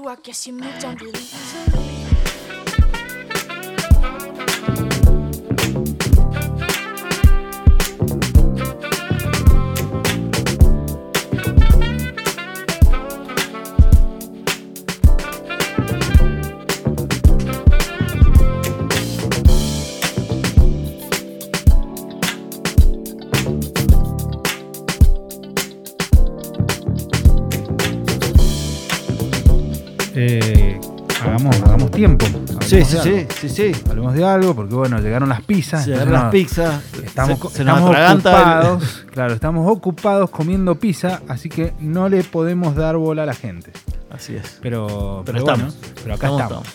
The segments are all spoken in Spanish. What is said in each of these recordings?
dark. Guess you moved on delete. Eh, hagamos, hagamos tiempo. hablemos Sí, de sí, sí, algo. sí, sí. Hablemos de algo, porque bueno, llegaron las pizzas. Llegaron entonces las no- pizzas. Estamos, se, co- se nos estamos atraganta el- ocupados, claro, estamos ocupados comiendo pizza, así que no le podemos dar bola a la gente. Así es. Pero, Pero bueno, estamos. pero acá estamos.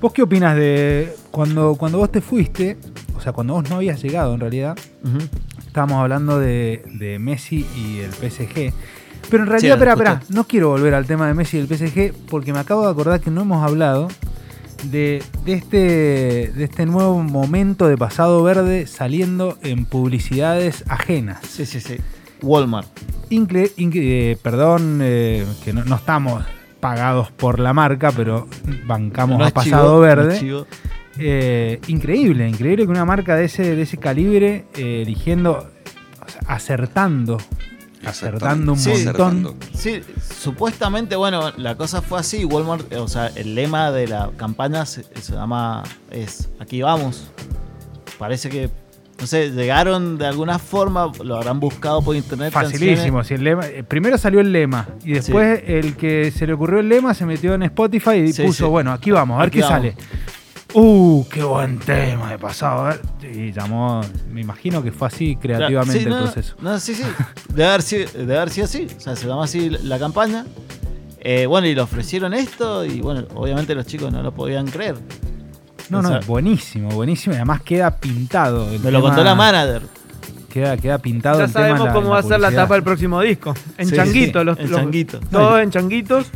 ¿Vos qué opinas de cuando, cuando vos te fuiste? O sea, cuando vos no habías llegado en realidad, Ujú. estábamos hablando de, de Messi y el PSG. Pero en realidad, Sí, espera, justo. espera, no quiero volver al tema de Messi y el PSG porque me acabo de acordar que no hemos hablado de, de este, de este nuevo momento de pasado verde saliendo en publicidades ajenas. Sí, sí, sí. Walmart. Incle- inque- eh, perdón, eh, que no, no estamos pagados por la marca, pero bancamos No a es chivo, pasado no es verde. chivo. Eh, increíble, increíble que una marca de ese, de ese calibre, eh, eligiendo, o sea, acertando, acertando un Sí, montón. Sí, supuestamente, bueno, la cosa fue así. Walmart, eh, o sea, el lema de la campaña se, se llama es aquí vamos. Parece que, no sé, llegaron de alguna forma, lo habrán buscado por internet. Facilísimo. si el lema- eh, primero salió el lema y después el que se le ocurrió el lema se metió en Spotify y Sí, puso, sí. bueno, aquí vamos, a ver Aquí qué vamos. sale. Uh, qué buen tema de pasado. ¿eh? Y llamó, me imagino que fue así Claro, creativamente sí, no, el proceso. No, sí, sí. Debe haber, sido, debe haber sido así. O sea, se llama así la, la campaña. Eh, bueno, y le ofrecieron esto y bueno, obviamente los chicos no lo podían creer. No, no, O sea, buenísimo, buenísimo. Y además queda pintado. el Me lo contó tema- la manager. Queda, queda pintado Ya el tema en sabemos la- cómo en va a ser la publicidad. tapa del próximo disco. En Sí, changuitos, sí, los, en los- changuito. Todo en changuitos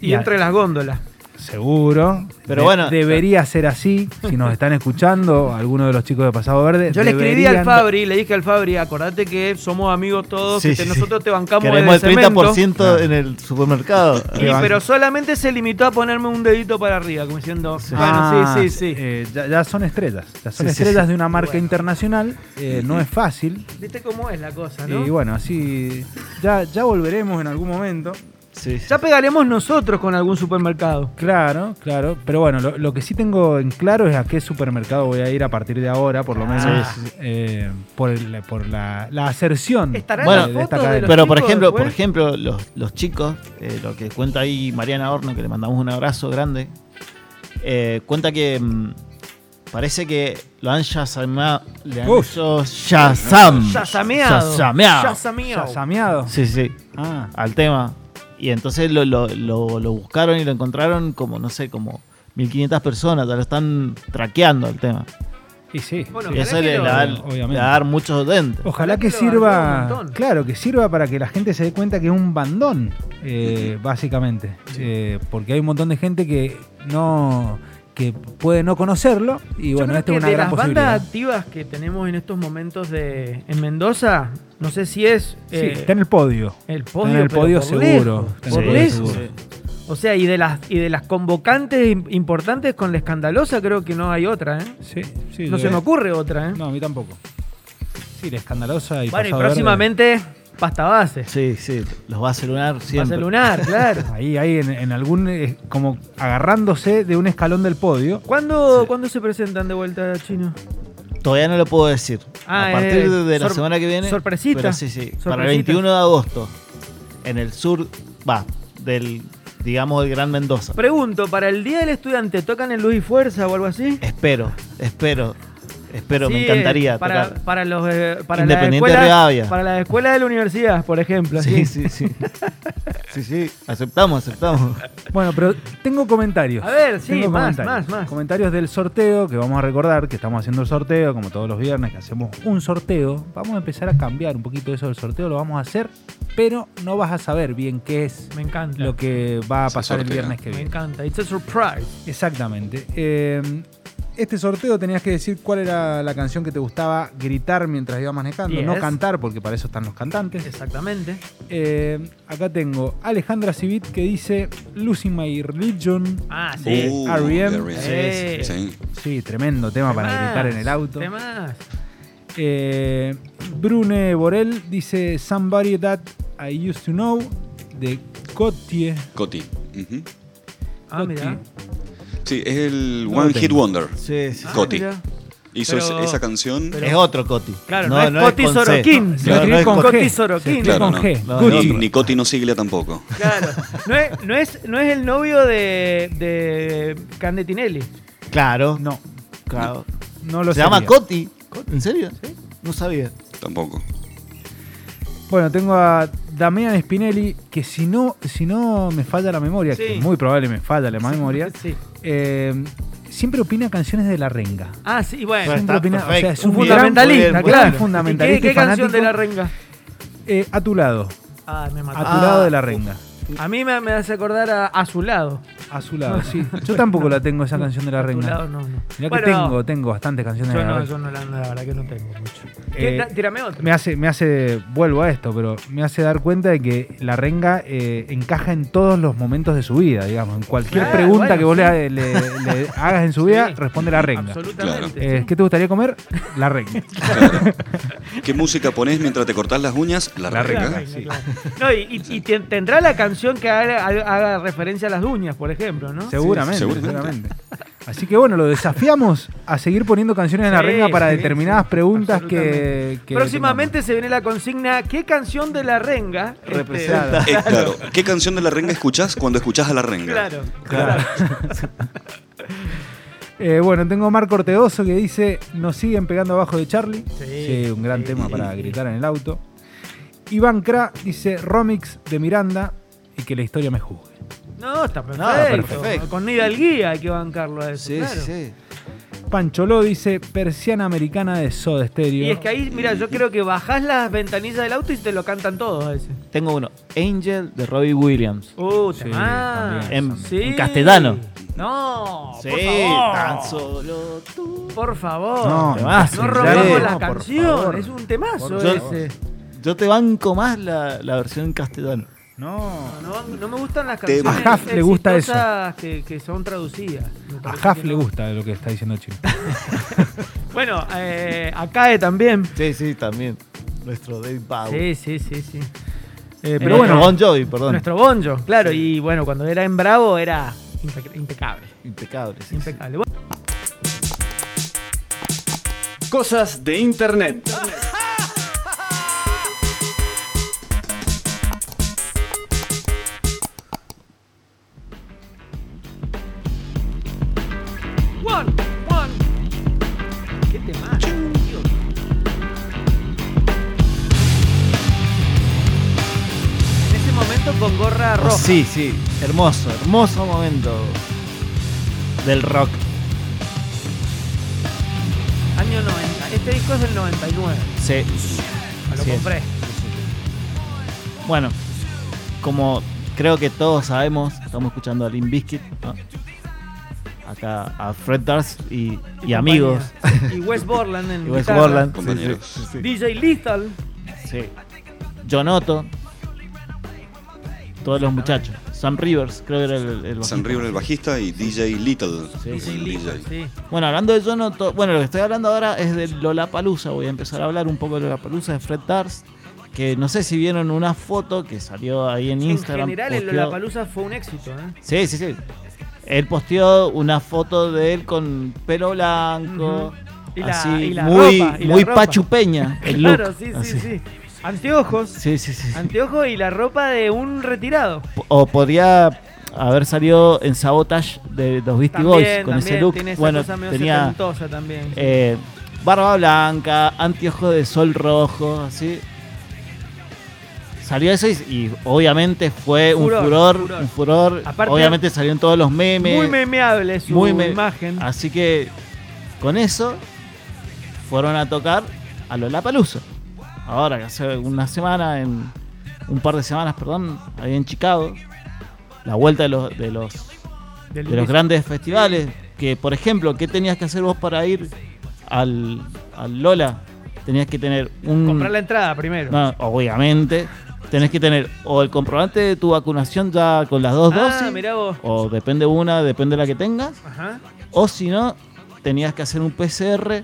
y Ya. entre las góndolas. Seguro. Pero bueno. Debería ser así. Si nos están escuchando, algunos de los chicos de Pasado Verde. Yo le escribí Eh, deberían- al Fabri, le dije al Fabri, acordate que somos amigos todos, Sí, que te- sí, sí. nosotros te bancamos Queremos desde el cemento. 30% en el supermercado. Y, pero solamente se limitó a ponerme un dedito para arriba, como diciendo, bueno, Ah, sí, sí, sí. eh, ya, ya son estrellas. Ya son Sí, sí, estrellas sí. de una marca Bueno. internacional. eh, no es fácil. ¿Viste cómo es la cosa, no? Y bueno, así. Ya, ya volveremos en algún momento. Sí, sí. Ya pegaremos nosotros con algún supermercado. Claro, claro. Pero bueno, lo, lo que sí tengo en claro es a qué supermercado voy a ir a partir de ahora, por lo menos. Sí, sí, eh, por el- por la, la aserción Estará Bueno, de- en de la esta foto de cadena. los Pero por chicos ejemplo, por después. ejemplo, los, los chicos, eh, lo que cuenta ahí Mariana Horno, que le mandamos un abrazo grande, eh, cuenta que mm, parece que lo han yazamea- le han Uf. hecho yazam. Yazameado. Yazameado. Yazameado. Yasameado. Sí, sí, Ah, al tema. Y entonces lo, lo- lo- lo buscaron y lo encontraron como, no sé, como 1500 personas, ya lo están traqueando el tema. y sí. Bueno, Y ojalá eso que le, lo- le va, a- Obviamente. le va a dar muchos dentes. Ojalá Ojalá que que lo valore un sirva, montón. claro, que sirva para que la gente se dé cuenta que es un bandón, eh, básicamente. Eh, porque hay un montón de gente que no que puede no conocerlo y Yo bueno, esta creo es que una de gran las posibilidad. bandas activas que tenemos en estos momentos de, en Mendoza, no sé si es Sí, eh, está en el podio. el Está podio. en el pero podio por seguro. lejos, Está en por el podio lejos. seguro. O sea, y de las y de las convocantes im- importantes con la escandalosa creo que no hay otra, ¿eh? Sí, sí, No yo- se me ocurre otra, ¿eh? No, a mí tampoco. Sí, la escandalosa y bueno, y Pasado Verde. próximamente pasta base. Sí, sí, los va a celular Pasta siempre. lunar, claro. Ahí, ahí, en, en algún. eh, como agarrándose de un escalón del podio. ¿Cuándo, Sí. ¿Cuándo se presentan de vuelta chino? Todavía no lo puedo decir. Ah, a partir eh, de la sor- semana que viene. sorpresita. pero sí, sí. Para Sorpresita. el 21 de agosto. En el sur, va, del, digamos, del Gran Mendoza. Pregunto, ¿para el Día del Estudiante tocan en Luz y Fuerza o algo así? espero, espero, espero, me Sí, encantaría eh, para, tocar. para los eh, para la Independiente escuela, Rivadavia. para la escuela de la universidad, por ejemplo. Sí, sí, así. sí. sí, sí, aceptamos, aceptamos. Bueno, pero tengo comentarios. A ver, sí, Tengo más, comentarios. más, más. Comentarios del sorteo, que vamos a recordar que estamos haciendo el sorteo, como todos los viernes, que hacemos un sorteo. Vamos a empezar a cambiar un poquito eso del sorteo, lo vamos a hacer, pero no vas a saber bien qué es Me encanta. lo que va a Se pasar el sortea. viernes que me viene. encanta. It's a surprise. Exactamente. Eh, este sorteo tenías que decir cuál era la canción que te gustaba gritar mientras ibas manejando, no Yes. cantar, porque para eso están los cantantes. Exactamente. Eh, acá tengo Alejandra Civit que dice Losing My Religion. Ah, sí. Uh, Eh, R.E.M.. de R.E.M.. Eh. E Sí. Sí, tremendo tema Ah, para gritar en el auto. Temas. Eh, Brune Borel dice Somebody That I Used to Know de Cotie. Coti. Ujú. Ah, mira. Sí, es el No lo One tengo. Hit Wonder. Sí, sí. Ah, Coti. mira. Hizo Pero- esa canción. pero- es otro Coti. Claro, no, es Coti con C. Sorokin. Se lo No, no escribí es con con- Coti G. Sorokin. Se lo escribí Claro, con no. G. No, y Gucci. otro. ni Coti no sigla tampoco. Claro. No es, no es, no es el novio de, de Candetinelli. Claro. No, claro. no lo Se llama sabía. Coti. ¿En serio? No sabía. Tampoco. Bueno, tengo a Damián Spinelli, que si no, si no me falla la memoria, que Sí. es muy probable me falla la memoria, Sí. eh, siempre opina canciones de la renga. Ah, sí, bueno. Bueno, Siempre está opina, o sea, es perfecto. un, un bien, fundamentalista, muy bien, gran claro. fundamentalista ¿Y ¿Qué, y qué canción de fanático. la renga? Eh, a tu lado, Ah, me mató. a tu lado de la renga. A mí me, me hace acordar a, a su lado. A su lado, sí. Yo tampoco la tengo esa canción de la a tu lado renga. no, no. Mirá Bueno, que tengo, tengo bastantes canciones Yo de la no, renga. yo no la, la verdad que no tengo mucho. Eh, ¿Qué? Da- tírame otra. me hace, me hace, vuelvo a esto, pero me hace dar cuenta de que la renga eh, encaja en todos los momentos de su vida, digamos. En cualquier Claro, pregunta Ah, bueno, que vos sí. le, le- le hagas en su vida, Sí. responde la renga. Absolutamente. Eh, sí. ¿Qué te gustaría comer? La renga. ¿Qué música pones mientras te cortás las uñas? La, La renga. renga. Sí. No, y, y- y te- tendrá la canción que haga, haga- haga referencia a las uñas, por ejemplo, ¿no? Seguramente, Sí, seguramente. seguramente. Así que bueno, lo desafiamos a seguir poniendo canciones en la Sí, renga para sí, determinadas sí, preguntas que, absolutamente. que Próximamente se viene la consigna ¿Qué canción de la renga este, Representa. Eh, claro. ¿Qué canción de la renga escuchás cuando escuchás a la renga? Claro, Claro. claro. tengamos. Eh, bueno, tengo a Marco Ortegoso que dice, nos siguen pegando abajo de Charlie. Sí, Sí, un gran sí, tema sí, para sí. gritar en el auto. Iván Cra dice, Romix de Miranda y que la historia me juzgue. No, está perfecto. perfecto. Con hidalguía hay que bancarlo a eso. Sí, claro. sí, sí. Pancholó dice, Persiana Americana de Soda Stereo. Y es que ahí, mira, yo creo que bajás las ventanillas del auto y te lo cantan todos a veces. Tengo uno. Angel de Robbie Williams. Uh, Sí, temazo. también. En, en castellano. No, Oh, por tan favor. solo tú. Por favor. No, Temazo, ya no robamos es. la No, por favor. canción. Es un temazo Por favor. ese. Yo te banco más la, la versión en castellano. No. No, no me gustan las Tema. canciones. A Jaff le gusta eso. exitosas Que, que son traducidas. Me A parece Jaf que le no. gusta lo que está diciendo Chico. Bueno, eh, a Cae también. Sí, sí, también. Nuestro Dave Powell. Sí, sí, sí, sí. Eh, Eh, pero Nuestro bueno, Bon Jovi, perdón. Nuestro Bonjo, claro. Y bueno, cuando era en Bravo era impec- impecable. Impecable. sí, sí. Impecable. Bueno, Cosas de Internet. one, one. Qué tema. En ese momento con gorra Oh, roja. sí, sí. Hermoso, hermoso momento del rock. Año 90. Este disco es del 99. Sí. Me lo Así es. compré. Bueno, como creo que todos sabemos, estamos escuchando a Lim Biscuit, acá a Fred Durst y, y compañía. amigos. Y Wes Borland en Y Wes guitarra. Borland. Compañeros. DJ Lethal. Sí. John Otto. Todos los muchachos. Sam Rivers, creo que era el, el San bajista. River el bajista y DJ Little. Sí, el DJ Lethal, DJ. sí. Bueno, hablando de John Otto, bueno, lo que estoy hablando ahora es de Lollapalooza. Voy a empezar a hablar un poco de Lollapalooza, de Fred Durst. Que no sé si vieron una foto que salió ahí en En Instagram. general, el posteó- Lollapalooza fue un éxito, ¿eh? Sí, sí, sí. Él posteó una foto de él con pelo blanco. Ujú. Y la- así, y la muy, ropa, y la muy ropa. pachupeña. El look, Claro, sí, sí, así. sí. Anteojos. Sí, sí, sí. Anteojos y la ropa de un retirado. O podría haber salido en Sabotage de los Beastie Boys con ese look. tiene esa Bueno, cosa medio tenía setentosa también. eh, barba blanca, anteojos de sol rojo, así. Salió eso y, y obviamente fue un Furor, furor, furor. un furor. Aparte- obviamente salió en todos los memes. muy memeable su muy me- ah, imagen. Así que con eso fueron a tocar a Lollapalooza. Ahora, que hace una semana, en un par de semanas, perdón, ahí en Chicago. La vuelta de los, de los, de del los disco. grandes festivales. que, por ejemplo, ¿qué tenías que hacer vos para ir al, al Lola? Tenías que tener un... Comprar la entrada primero. No, obviamente, tenés que tener o el comprobante de tu vacunación ya con las dos ah, dosis, mirá vos. o depende una, depende de la que tengas, Ajá. o si no, tenías que hacer un PCR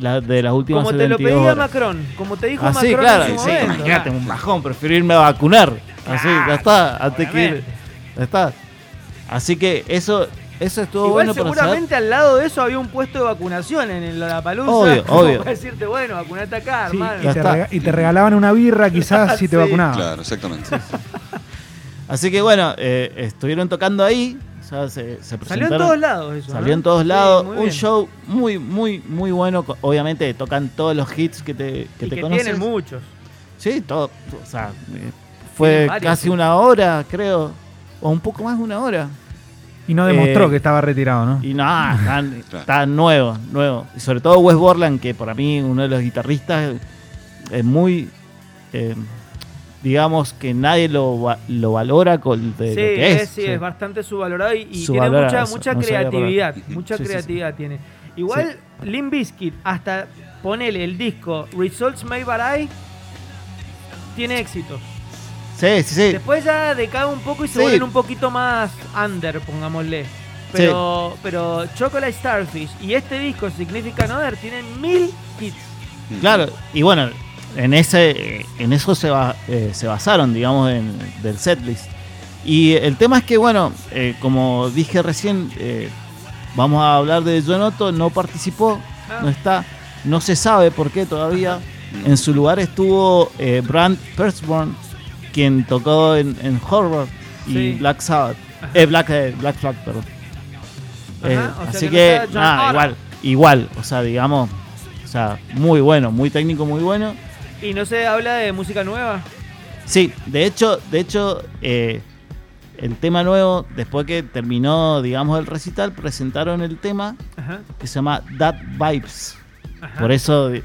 la- de las últimas Como te lo 72 pedía horas. Macron, como te dijo Así, Macron claro, en su Ah, sí, momento. imagínate, un bajón, prefiero irme a vacunar. Así, Claro, ya está, antes que ir. obviamente. Ya está. Así que eso, eso estuvo Igual bueno para saber. seguramente al lado de eso había un puesto de vacunación en el Lollapalooza. Obvio, como obvio. Para decirte, bueno, vacunate acá, Sí, hermano. y, Ya te está. rega- y te regalaban una birra quizás si te Sí. vacunaban. Ah. Claro, exactamente. Así que bueno, eh, estuvieron tocando ahí. ya se, se Salió en presentaron. todos lados eso. Salió ¿no? en todos Sí, lados. muy un bien. show muy, muy, muy bueno. Co- Obviamente tocan todos los hits que te, que Y te que conoces. tienen muchos. Sí, todo. O sea, eh, fue varios, casi sí. una hora, creo. O un poco más de una hora. Y no demostró Eh, que estaba retirado, ¿no? Y nada, están, Claro. están nuevos, nuevos. Y sobre todo Wes Borland, que para mí uno de los guitarristas es muy. eh, digamos que nadie lo, va- lo valora con de Sí, lo que es. es, sí, es bastante subvalorado y, y tiene Subvalorado, mucha, eso, mucha no sabía la creatividad. palabra. Mucha Sí, sí, sí. creatividad tiene. Igual, Limp Bizkit, hasta ponele el disco Results May Vary, tiene éxitos. Sí, sí, sí. Después ya decae un poco y se Sí. vuelven un poquito más under, pongámosle. Pero, pero Chocolate Starfish y este disco Significant Other tienen mil hits. Mm. Claro, y bueno, en ese en eso se, ba- eh, se basaron, digamos, en, del setlist. Y el tema es que, bueno, eh, como dije recién, eh, vamos a hablar de John Otto, no participó, Ah. no está, no se sabe por qué todavía. En su lugar estuvo eh, Brand Persborn, quien tocó en, en Horror y Sí. Black Sabbath. Eh, Black, eh, Black Flag, perdón. Ajá, Eh, o sea así que no que, está John nada, Otto. igual, igual, o sea, digamos, o sea, muy bueno, muy técnico, muy bueno. Y no se habla de música nueva. Sí, de hecho, de hecho, eh, el tema nuevo, después que terminó, digamos, el recital, presentaron el tema Ajá, que se llama That Vibes. ajá. Por eso di-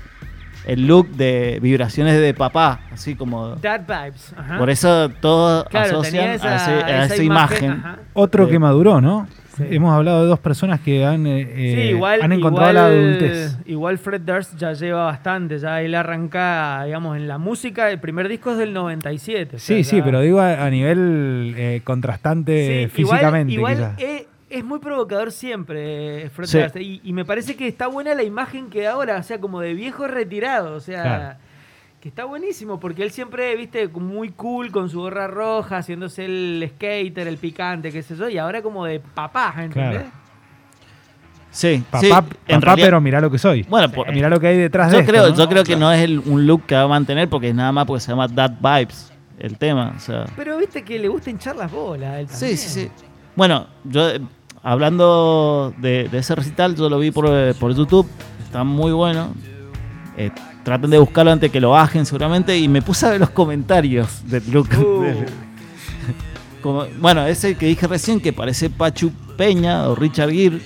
el look de vibraciones de papá, así como. That Vibes. Ajá. Por eso todos claro, asocian tenía esa, a, ese- a esa imagen. ajá. Otro eh, que maduró, ¿no? sí. Hemos hablado de dos personas que han, eh, Sí, eh, igual, han encontrado igual, la adultez. Igual Fred Durst ya lleva bastante, ya él arranca, digamos, en la música. El primer disco es del 97. o sea, Sí, sí, ya- pero digo a, a nivel eh, contrastante Sí, igual- Eh, físicamente. Igual, quizás. es, es muy provocador siempre, eh, Fred Sí. Durst, Y, y me parece que está buena la imagen que da ahora, o sea, como de viejo retirado, o sea. Claro. Que está buenísimo, porque él siempre, viste, como muy cool con su gorra roja, haciéndose el skater, el picante, qué sé yo, y ahora como de papá, ¿entendés? Claro. Sí, papá, sí, en papá, realidad- pero mirá lo que soy. Bueno, por- mirá lo que hay detrás de yo esto, creo, ¿no? yo creo que no es el- un look que va a mantener porque es nada más porque se llama That Vibes el tema. O sea. Pero viste que le gusta hinchar las bolas. a él Sí, también. sí, sí. Bueno, yo eh, hablando de, de ese recital, yo lo vi por, eh, por YouTube, está muy bueno. Eh, traten de buscarlo antes que lo bajen seguramente y me puse a ver los comentarios del look. Uh. Como- bueno, ese que dije recién que parece Pachu Peña o Richard Gere.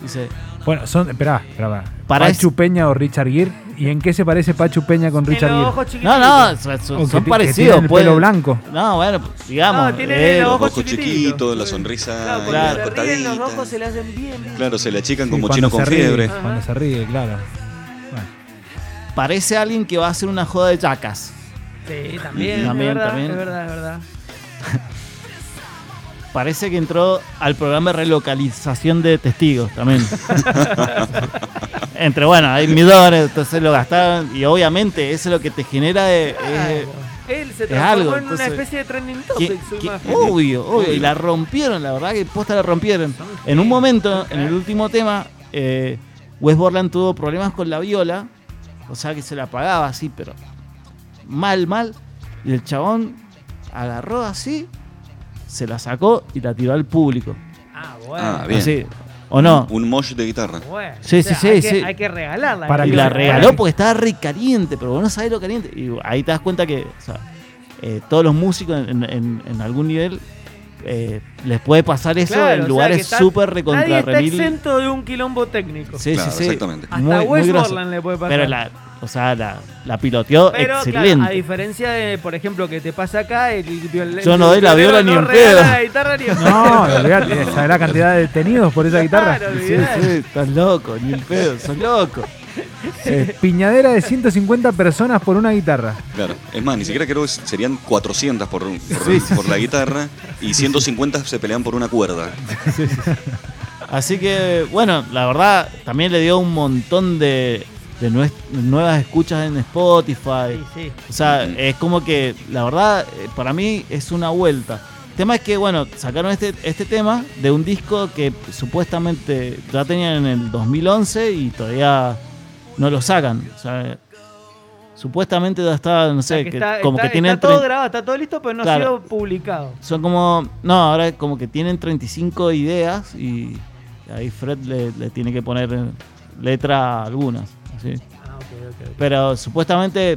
Dice, Bueno, son, esperá, esperá. esperá. Para Pachu es- Peña o Richard Gere. ¿Y en qué se parece Pachu Peña con Tiene Richard los Gere? ojos no, chiquititos. no, son, son O que ti- que parecidos. tiene el pueden- pelo blanco. No, bueno, digamos. No, tiene eh, los Los ojos ojos chiquititos. chiquitos, la sonrisa Claro, ahí cuando se ríen recortadita. los ojos se le hacen bien. bien. Claro, se le achican Sí, como cuando chino se con ríe, fiebre. Ah. Cuando se ríe, claro. Bueno. parece alguien que va a hacer una joda de yacas. Sí, también. También, es verdad, también. Es verdad, es verdad. Parece que entró al programa de relocalización de testigos también. Entre, bueno, hay millones, entonces lo gastaron. Y obviamente eso es lo que te genera. eh, eh, Él se es transformó algo, en una entonces- especie de trending que- topic. su que- imagen. obvio, obvio. Y la rompieron, la verdad que posta la rompieron. En un momento, en el último tema, eh, Wes Borland tuvo problemas con la viola. O sea que se la apagaba así, pero mal, mal. Y el chabón agarró así, se la sacó y la tiró al público. Ah, Ah, bueno. bien. Así, ¿O no? Un mosh de guitarra. bueno. Sí, O sea, sí, sí, hay sí. Que, hay que regalarla. Para Y que la se- regaló porque estaba re caliente, pero vos no sabés lo caliente. Y ahí te das cuenta que o sea, eh, todos los músicos en, en- en algún nivel eh, les puede pasar eso Claro, o sea, en lugares que está- súper Nadie está recontrarremil. exento de un quilombo técnico. Sí, Claro, sí, sí. exactamente. Hasta Muy- muy Wes grosso. Borland le puede pasar. Pero la, o sea, la, la piloteó Pero excelente. claro, a diferencia de, por ejemplo, que te pasa acá, el, viol- Yo no doy la violero viola ni no en regala pedo. la guitarra ni en No, olvidate, ¿sabés la cantidad de detenidos por esa guitarra? Claro, Sí, sí, estás loco, ni el pedo, sos loco. Eh, piñadera de 150 personas por una guitarra. Claro. Es más, ni siquiera creo que serían 400 por, por, por la guitarra y 150 se pelean por una cuerda. Así que, bueno, la verdad, también le dio un montón de, de nue- nuevas escuchas en Spotify. Sí, sí. O sea, Ujú. es como que, la verdad, eh, para mí es una vuelta. El tema es que, bueno, sacaron este, este tema de un disco que supuestamente ya tenían en el 2011 y todavía no lo sacan. O sea, supuestamente ya está, no O sea, sé, que que está, como está- que tienen... está todo tre- grabado, está todo listo, pero no Claro. ha sido publicado. son como. No, ahora como que tienen 35 ideas y ahí Fred le, le tiene que poner letra a algunas. ¿sí? Ah, ok, ok, ok. Pero supuestamente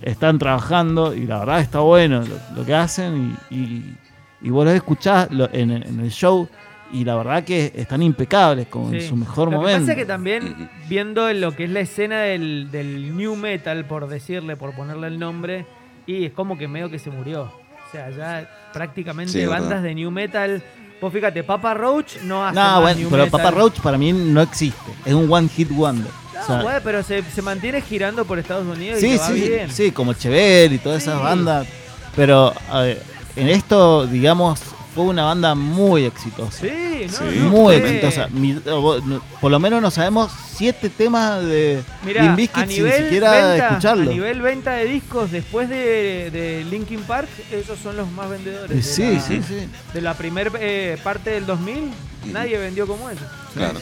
están trabajando y la verdad está bueno lo, lo que hacen y, y, y vos los escuchás lo- en, el- en el show y la verdad que están impecables como en Sí. su mejor Lo momento. que pasa es que también, viendo lo que es la escena del, del new metal, por decirle, por ponerle el nombre, y es como que medio que se murió. O sea, ya prácticamente Sí, es bandas verdad. de new metal. Vos fíjate, Papa Roach no hace. más no, bueno, new pero metal. Papa Roach para mí no existe. Es un one hit wonder. No, O sea, bueno, pero se, se mantiene girando por Estados Unidos y Sí, le va sí, bien. sí, como Chever y todas esas Sí. bandas. Pero a ver, en esto, digamos, fue una banda muy exitosa. Sí, no, Sí. no, Muy fue- exitosa. Mi- o vos- no- por lo menos nos sabemos siete temas de Mirá, Limp Bizkit a nivel sin siquiera venta, escucharlo. A nivel venta de discos, después de, de Linkin Park, esos son los más vendedores. Y de Eh, sí, la- sí, sí. De la primera parte del 2000, nadie vendió como eso. Claro.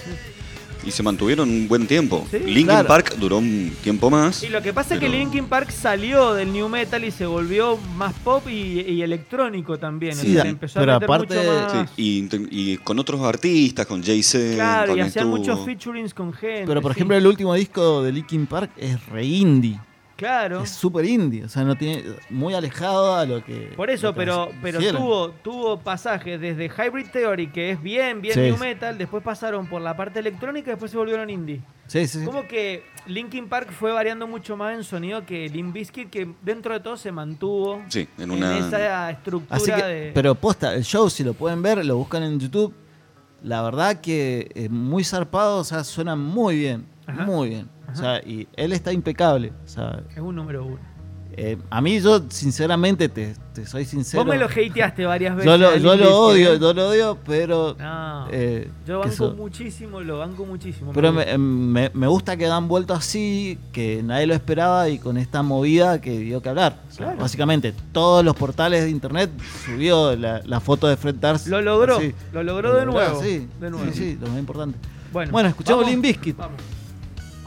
Y se mantuvieron un buen tiempo. Sí, Linkin claro. Park duró un tiempo más. Y lo que pasa es que Pero- Linkin Park salió del new metal y se volvió más pop y, y electrónico también. Sí, o sea, da- empezó pero a meter aparte- mucho más. Sí, y, y con otros artistas, con Jason, claro, con y hacían Stu. muchos featurings con gente. Pero por sí. ejemplo, el último disco de Linkin Park es re indie. Claro. Es súper indie. O sea, no tiene. Muy alejado a lo que. Por lo eso, que pero, pero hicieron. tuvo, tuvo pasajes desde Hybrid Theory, que es bien, bien Sí. new metal, después pasaron por la parte electrónica y después se volvieron indie. Sí, sí, sí. Como que Linkin Park fue variando mucho más en sonido que Limp Bizkit, que dentro de todo se mantuvo Sí, en una- esa estructura Así que, de... pero posta, el show si lo pueden ver, lo buscan en YouTube. La verdad que es muy zarpado, o sea, suena muy bien, Ajá. muy bien. O sea, y él está impecable. O sea, Es un número uno. eh, a mí yo sinceramente te, te soy sincero. Vos me lo hateaste varias veces. yo lo, yo a Limp lo Bizkit, odio, ¿eh? yo lo odio, pero No. eh, yo que banco eso- muchísimo, lo banco muchísimo. me pero gusta. me, em, me- me gusta que dan vuelto así, que nadie lo esperaba y con esta movida que dio que hablar. O sea, Claro. Básicamente, todos los portales de internet subió la, la foto de Fred Darcy. Lo logró, así. lo logró de logró, nuevo. Sí, de nuevo. sí, sí, lo más importante. Bueno, Bueno, escuchamos ¿vamos? Limp Bizkit. Vamos.